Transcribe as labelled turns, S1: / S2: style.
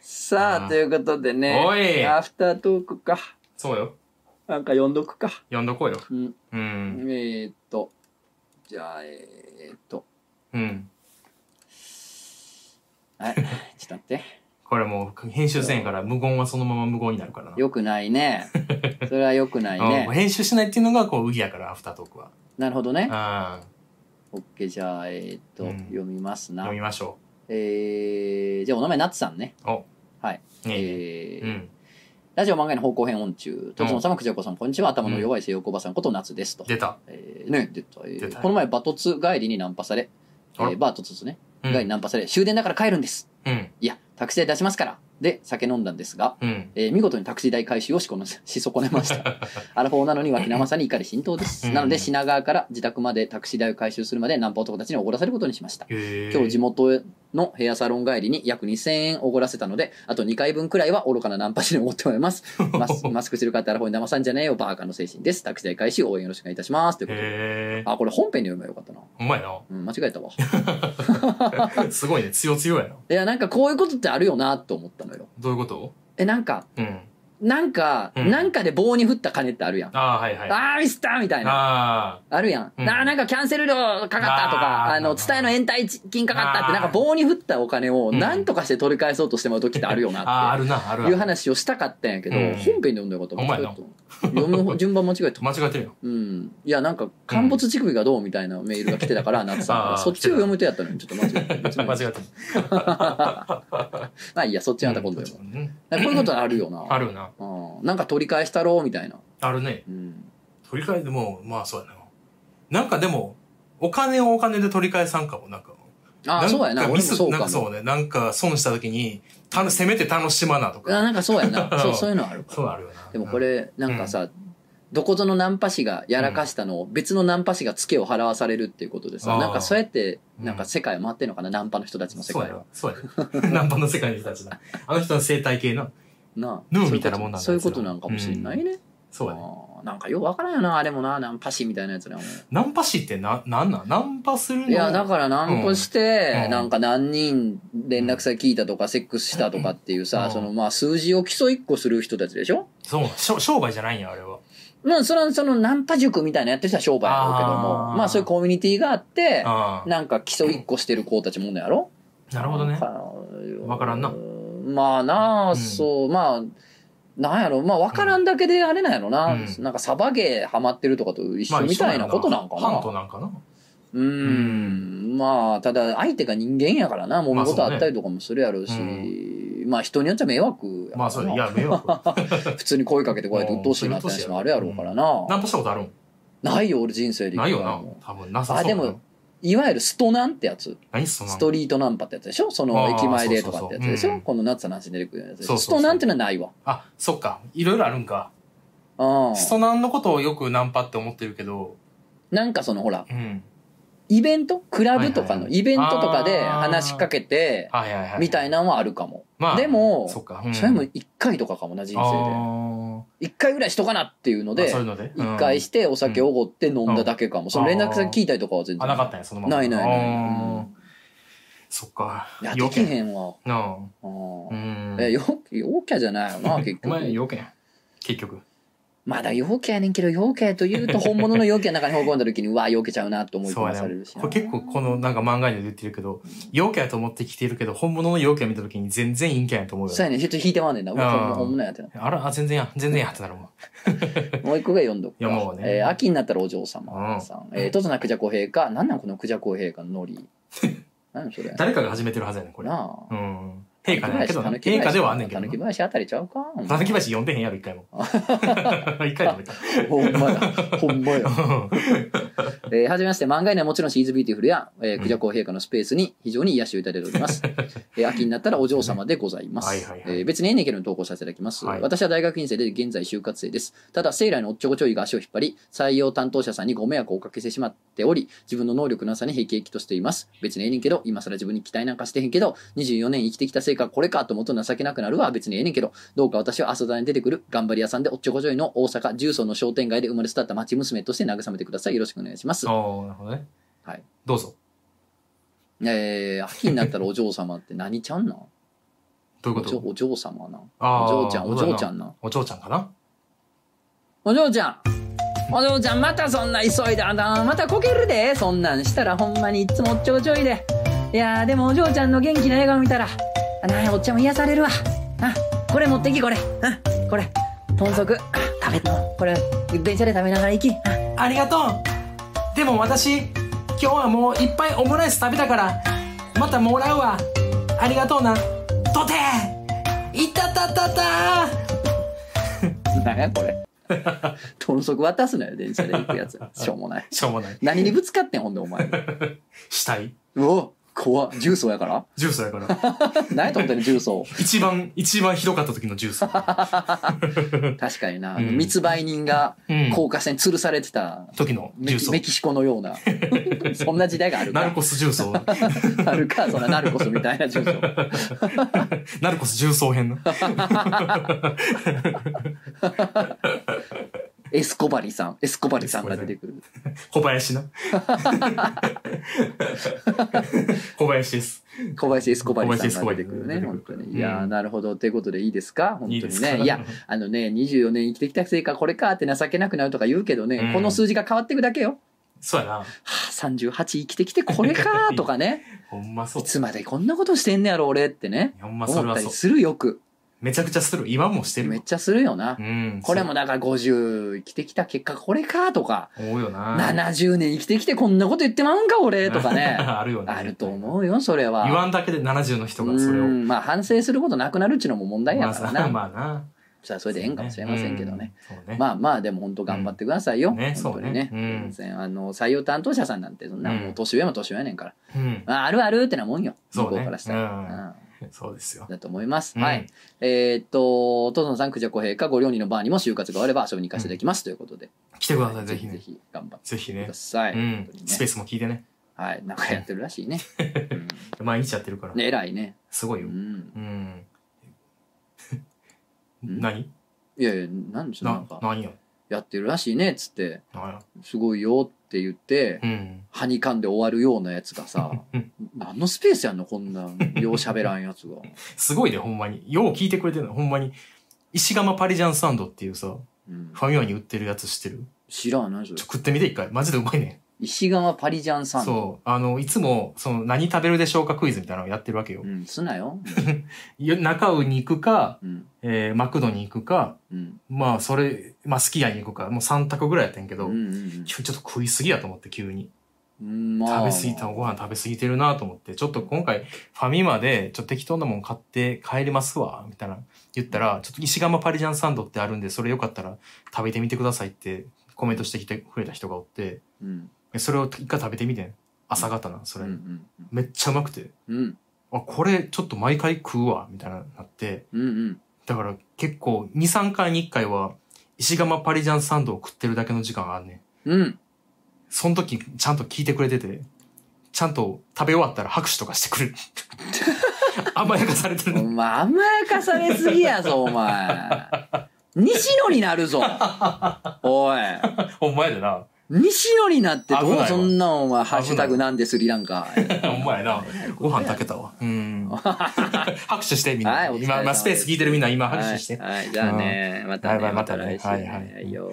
S1: さ
S2: あ
S1: あ、
S2: ー
S1: ということでね。
S2: おい
S1: アフタートークか。
S2: そうよ。
S1: なんか読んどくか。
S2: 呼んどこうよ。
S1: うん。
S2: うん。
S1: えー、っと。じゃあ、えー、っと。
S2: うん。
S1: はい。 ちょっと待って。
S2: これもう編集せんから無言はそのまま無言になるからな。
S1: よくない ね。それはよくない
S2: うん
S1: ね。
S2: 編集しないっていうのがこう売りやから、アフタートークは。
S1: なるほどね。
S2: あ
S1: オッケー、じゃあ、えー、っと、
S2: うん
S1: 読みます
S2: あ、
S1: な
S2: 読。みましょ
S1: えー、じゃあお名前、なつさんね。
S2: う。お。
S1: はい。
S2: ねえ。
S1: えー
S2: うん。
S1: ラジオ漫画の方向編オン中。とつのさま、くじゃこさん、こんにちは。頭の弱い西洋コばさんこと夏ですと。
S2: 出た。
S1: えー、ね、出た。えー
S2: 出た
S1: この前、バトツ帰りにナンパされ、え
S2: あら
S1: ー、バートツね、
S2: う
S1: 帰りに
S2: ん。
S1: ナンパされ、終電だから帰るんです。
S2: うん。
S1: いや、タクシー代出しますから。で、酒飲んだんですが、
S2: うん。
S1: えー見事にタクシー代回収をしこのし損ねま した。アラフォーなのに脇生さんに怒り浸透です。
S2: うん
S1: なので品川から自宅までタクシー代を回収するまでナンパ男たちにおごらせることにしました。
S2: へえ。
S1: 今日地元のヘアサロン帰りに約2000円おごらせたので、あと2回分くらいは愚かなナンパ師に思っております。 マスマスクしてる方らほうに騙さんじゃねえよ、バーカの精神です。タクシー代開始応援よろしくお願いいたします。ということで。
S2: へえ。
S1: あ、これ本編に読めばよかったな。
S2: ほんまや
S1: うん、間違えたわ。
S2: な。 すごいね。強強や
S1: い
S2: な。
S1: や、なんかこういうことってあるよな、と思ったのよ。
S2: どういうこと
S1: え、なんか、
S2: うん。
S1: なんか、
S2: うん
S1: なんかで棒に振った金ってあるやん。あ
S2: ああ、はいはい。
S1: ー、ミスったみたいな。
S2: あ
S1: あるやん。
S2: うん
S1: あーなんかキャンセル料かかったとか、
S2: あー
S1: あの、伝えの延滞金かかったって、
S2: あー
S1: なんか棒に振ったお金を
S2: うん
S1: なんとかして取り返そうとしてもらう時ってあるよ
S2: あ。
S1: な
S2: ああ、あ
S1: っ
S2: るな、
S1: て。
S2: ある
S1: いう
S2: ある。
S1: 話をしたかったんやけど、
S2: うん
S1: 本編で読んだよかった。
S2: ほんまやな
S1: 読む順番間違 えた。
S2: 間違ってるよ。
S1: うん。いや、なんか、陥没乳首がどうみたいなメールが来てたから、夏さんか
S2: あ
S1: ら。
S2: ー
S1: そっちを読むとやったのに、ちょっと間違え た。別の
S2: 間
S1: や
S2: 違
S1: つ
S2: ってる。
S1: まあいいや、そっちはまた今度読む。
S2: うん
S1: なんかこういうことあるよな。
S2: あるよな。
S1: うん。なんか取り返したろうみたいな。
S2: あるね。
S1: うん。
S2: 取り返でも、まあそうやな。なんかでも、お金をお金で取り返さんかも、なんか。
S1: あ
S2: な
S1: あ、
S2: ん
S1: そうやな。
S2: か
S1: 俺
S2: ミ
S1: も
S2: ス
S1: そう
S2: なん
S1: か
S2: かそ
S1: も。
S2: うね。なんか損した時に、たのせめて楽しまなと
S1: あな
S2: か。
S1: んかそうや な。そうう、
S2: ん
S1: そういうのあるか
S2: そう
S1: ら。
S2: あるよな。
S1: でもこれ、なんかさ、どこぞのナンパ師がやらかしたのを別のナンパ師がツケを払わされるっていうことで
S2: あ
S1: さ、
S2: ー
S1: なんかそうやって、
S2: うん
S1: なんか世界回ってんのかな、ナンパの人たち
S2: うん、
S1: の世
S2: そう
S1: 界
S2: や
S1: は。
S2: な。そうやな。ナンパの世界の人たちだ。あの人の生態系な。
S1: なあ
S2: ヌー
S1: そういうこと
S2: みたいなもんなんだ
S1: そういうことなんかもしれないね。
S2: そうやね。
S1: あーなんかよくわからんよな、あれもな、ナンパ師みたいなやつらも。
S2: ナンパ師ってな、なんなんナンパするの
S1: いや、だからナンパして、
S2: うん
S1: なんか何人連絡先聞いたとか、セックスしたとかっていうさ、
S2: うん
S1: そのまあ数字を競いっこする人たちでしょ
S2: そうなんしょ商売じゃないんや、あれは。
S1: まあ、その、そのナンパ塾みたいなやってる人は商売やろうけども、
S2: あー
S1: まあそういうコミュニティがあって、
S2: あ
S1: なんか競いっこしてる子たちもんのやろ
S2: あ。なるほどね。わ
S1: わ
S2: からんな。
S1: まあなあ、
S2: うん
S1: そう、まあ、なんやろ、まあわからんだけであれなんやろな、
S2: うん
S1: なんかサバゲーハマってるとかと一緒みたいなことなんかな。
S2: ハントなんかな。
S1: うーん、まあ、ただ、相手が人間やからな、揉むことあったりとかもするやろうし、
S2: まあ
S1: ま
S2: そう
S1: あ、
S2: ね
S1: 人によっちゃ迷惑やからな
S2: まあそう や。いや、迷惑。
S1: 普通に声かけてこうやって鬱陶しいなって話もあるやろうからな。
S2: ナンパしたことあるん
S1: ないよ、俺人生で。
S2: ないよな。多分なさそ
S1: あ、
S2: う。
S1: でも、、いわゆるストナンってやつ。
S2: 何その
S1: ストリートナンパってやつでしょそ
S2: あ
S1: の
S2: ー
S1: 駅前でとかってやつでし
S2: そうそうそうう
S1: ょ
S2: ん
S1: この夏の話に出てくるやつでし
S2: そう
S1: ょ
S2: そう
S1: ス
S2: そう
S1: トナンってのはないわ。
S2: あ、そっか。いろいろあるんか。
S1: うん。
S2: ストナンのことをよくナンパって思ってるけど、
S1: なんかそのほら、
S2: うん。
S1: イベントクラブとか
S2: はいはい
S1: の
S2: はい
S1: イベントとかで
S2: あー
S1: 話しかけて、
S2: はいはいはい。
S1: みたい
S2: な。
S1: なのはあるかも。
S2: まあ、
S1: でも
S2: そっか。うん
S1: それも一回とかかもな、人生で。一回ぐらいしとかなっていうの
S2: あーまあ
S1: で
S2: そうい、うので。うん
S1: 一回してお酒おごって飲んだだけかも。その連絡先聞いたりとかは全
S2: あ、
S1: 然。
S2: なかったんや、そのまま。
S1: ないないない
S2: あー
S1: うん
S2: そっか。
S1: いや、でき
S2: ん。
S1: へんわ。
S2: なあ。
S1: うん
S2: うん。
S1: え、陽キ陽キャじゃないよな、結
S2: お前、
S1: 局。
S2: よけん。結局。
S1: まだ陽キャやねんけど、陽キャやと言うと、本物の陽キャの中に放り込んだ時に、うわ、陽キャちゃうなと思い
S2: そう
S1: 込
S2: や
S1: まされ
S2: ね
S1: るし。な。
S2: これ結構このなんか漫画に出てるけど、陽キャやと思ってきてるけど、本物の陽キャ見た時に全然陰キャやと思うよ
S1: そう。やねん、ちょっと引いてまんねんな。うわ、
S2: あー
S1: 本物やってな。
S2: あら、あ全然や、全然やってなるもん。
S1: もう一個が読んどくか。
S2: 読もうね
S1: えー秋になったらお嬢様さん。
S2: うん
S1: えー、とつなくじゃこ陛下。なんなんこのくじゃこ陛下の ノリ。何それ。な
S2: 誰かが始めてるはずやねん、これ。
S1: あ。
S2: うん。陛下だけどな、陛下ではあんねんけど
S1: た
S2: な
S1: ぬき。林あたりちゃうか
S2: たぬき林読んでへんやろ、一回も。 一回でもいた。
S1: ほんまや。ほんまや。
S2: う
S1: えーはじめまして、漫画にはもちろんシーズビューティフルや、えー、クジャコ陛下のスペースに非常に癒しをいただいており ます。えー秋になったらお嬢様でございます。
S2: はいはいはい
S1: えー別にええねんけどに投稿させていただきます。
S2: はい
S1: 私は大学院生で現在就活生です。ただ、生来のおっちょこちょいが足を引っ張り、採用担当者さんにご迷惑をおかけしてしまっており、自分の能力のなさにへきへきとしています。別にええねんけど、今更自分に期待なんかしてへんけど、24年生きてきた成果これかと思うと情けなくなるわ。別にええねんけど、どうか私は朝田に出てくる頑張り屋さんでおっちょこちょいの大阪重曹の商店街で生まれ育った町娘として慰めてください。よろしくお願いします
S2: ん。。おーなるほどね。
S1: はい。
S2: どうぞ。
S1: えー、秋になったらお嬢様って何ちゃんなん
S2: どうい
S1: お
S2: うこ
S1: 嬢
S2: と
S1: お嬢様な。
S2: あ
S1: お
S2: ー
S1: 嬢ちゃん、お嬢ちゃ。
S2: そうだなん
S1: な。
S2: お嬢ちゃんかな
S1: お嬢ちゃんお嬢ちゃん、またそんな急いだあだまたこけるで。そんなんしたらほんまにいつもおっちょこちょいで。いやー、でもお嬢ちゃんの元気な笑顔見たら、あなあおっちゃんも癒されるわ。あ、これ持ってき、これ。うん、これ。豚足。あ食べても。これ、電車で食べながら行き。あ
S2: ありがとうでも私今日はもういっぱいオムライス食べたからまたもらうわありがとうなとていたたたた
S1: なんやこ れ。豚足渡すのよ、電車で行くやつ。しょうもない。
S2: しょうもない
S1: 何にぶつかってん、ほんで、お前。
S2: 死体
S1: うお怖っ重曹やから
S2: ジュースだから
S1: 何やと思ってんの重曹。
S2: 一番一番ひどかった時のジュース、
S1: 確かにな。
S2: うん
S1: 密売人が
S2: うん、
S1: 高架線吊るされてた。
S2: 時の
S1: メ
S2: ジュー
S1: キ
S2: ス
S1: メキシコのよう なそんな時代がある
S2: ナル
S1: か
S2: コス重曹
S1: あるかそんなナルコスみたいな重曹
S2: ナルコス重曹編 の
S1: エスコバリさんエスコバリさんが出てくる
S2: 小 林な小林です
S1: 小林エスコバリさんが出てくる
S2: 小林エスコバリ
S1: ね
S2: さん
S1: 本当に
S2: うん
S1: いやーなるほどということでいいですか本当にね
S2: いいですか
S1: やあのね24年生きてきたせいかこれかって情けなくなるとか言うけどね、
S2: うん
S1: この数字が変わっていくだけよ、
S2: そうやな
S1: はあ、38生きてきてこれかとかね
S2: ほんまそ
S1: いうつまでこんなことしてんねやろ俺ってね
S2: ほんまそれ
S1: 思った
S2: はそ
S1: り
S2: う
S1: するよく
S2: めちゃくちゃする今もしてる
S1: めっちゃするよな、
S2: うん
S1: これもだから50生きてきた結果これかとか
S2: 思うよな
S1: 70年生きてきてこんなこと言ってまうんか 俺とかね
S2: あるよね
S1: あると思うよそれは
S2: 言わんだけで70の人がそれ
S1: う
S2: を
S1: んまあ反省することなくなるっちゅうのも問題や
S2: まあ
S1: から
S2: さ
S1: な、
S2: まあな
S1: さあそれでええんかもしれませんけどね、
S2: そうね
S1: まあまあでも本当頑張ってくださいよ、
S2: うんね
S1: 本当にね
S2: そうねう
S1: 全
S2: ん
S1: 然あの採用担当者さんなんてそんな
S2: うん
S1: もう年上も年上やねんから、
S2: うん
S1: まあ、あるあるってなもんよ向
S2: そう
S1: こう
S2: ね
S1: からしたら、
S2: うん
S1: うん
S2: そうですよ
S1: だと思います。
S2: うん
S1: はい。えーっと、とぞさん、くじゃこへいか、ご両人のバーにも就活があれば遊びに行かせていただきます、ということで。
S2: 来てくださ
S1: ぜ
S2: いぜ
S1: ひ
S2: ひ
S1: ぜ
S2: ね
S1: ひ頑張って
S2: ぜひ
S1: く
S2: ね
S1: ださい。
S2: う
S1: 本
S2: ん
S1: 当にね
S2: スペースも聞いてね
S1: はい。なんかやってるらし いね。うん
S2: 毎日やってるから
S1: ね、偉いね。
S2: すごいうよ
S1: ん。
S2: うん
S1: ん
S2: 何
S1: いやいや、なんでしょう、な
S2: なん
S1: か、
S2: 何や
S1: やってるらしいね、つって、
S2: 何や
S1: すごいよって言って、
S2: うん
S1: はにかんで終わるようなやつが さ、
S2: うん
S1: 何のスペースやんのこんな、よう喋らんやつが。
S2: すごいでほんまによう聞いてくれてるのほんまに石窯パリジャンサンドっていうさ
S1: うん
S2: ファミマに売ってるやつ知ってる
S1: 知らん、何そ
S2: ちょ
S1: れ。
S2: 食ってみて一回マジでうまいねん
S1: 石川パリジャンサンド。
S2: そう。あの、いつも、その、何食べるでしょうかクイズみたいなのをやってるわけよ。
S1: うん、すなよ。
S2: よ中尾に行くか、
S1: うん、
S2: えーマクドに行くか、
S1: うん。
S2: まあ、それ、まあ、スキヤに行くか、もう3択ぐらいやってんけ
S1: うん
S2: ど、
S1: うんうん
S2: 今日ちょっと食いすぎやと思って、急に。
S1: うん、ま
S2: 食
S1: あ
S2: べ過ぎた、ご飯食べ過ぎてるなと思って、ちょっと今回、ファミマで、ちょっと適当なもん買って帰りますわ、みたいな。言ったら、ちょっと石窯パリジャンサンドってあるんで、それよかったら食べてみてくださいって、コメントしてきてくれた人がおって、
S1: うん、
S2: それを一回食べてみてん。朝方な、そ
S1: うん、
S2: れ。
S1: うん、
S2: めっちゃうまくて。
S1: うん、
S2: あ、これちょっと毎回食うわ、みたいななって。
S1: うん、うん。
S2: だから結構2、3回に1回は石窯パリジャンサンドを食ってるだけの時間があんねん。
S1: うん、
S2: その時ちゃんと聞いてくれてて、ちゃんと食べ終わったら拍手とかしてくれ る。甘やかされて
S1: お
S2: る。
S1: 前甘やかされすぎやぞお前西野になるぞおい
S2: ほんまやでな。
S1: 西野になって
S2: 危ない
S1: どう
S2: わ
S1: そんなんお前「ハッシュタグなんでスリランカ」
S2: ほんま やな。ご飯炊けたわ。うん。拍手してみん
S1: はい
S2: な。
S1: お疲れ様
S2: 今、まあ、スペース聞いてるみんな今拍
S1: は
S2: 手
S1: い
S2: して。
S1: はいじゃあねまた
S2: バ
S1: ね
S2: イバイ
S1: ま
S2: ま
S1: た
S2: たね
S1: 来週
S2: はいはい
S1: はいよ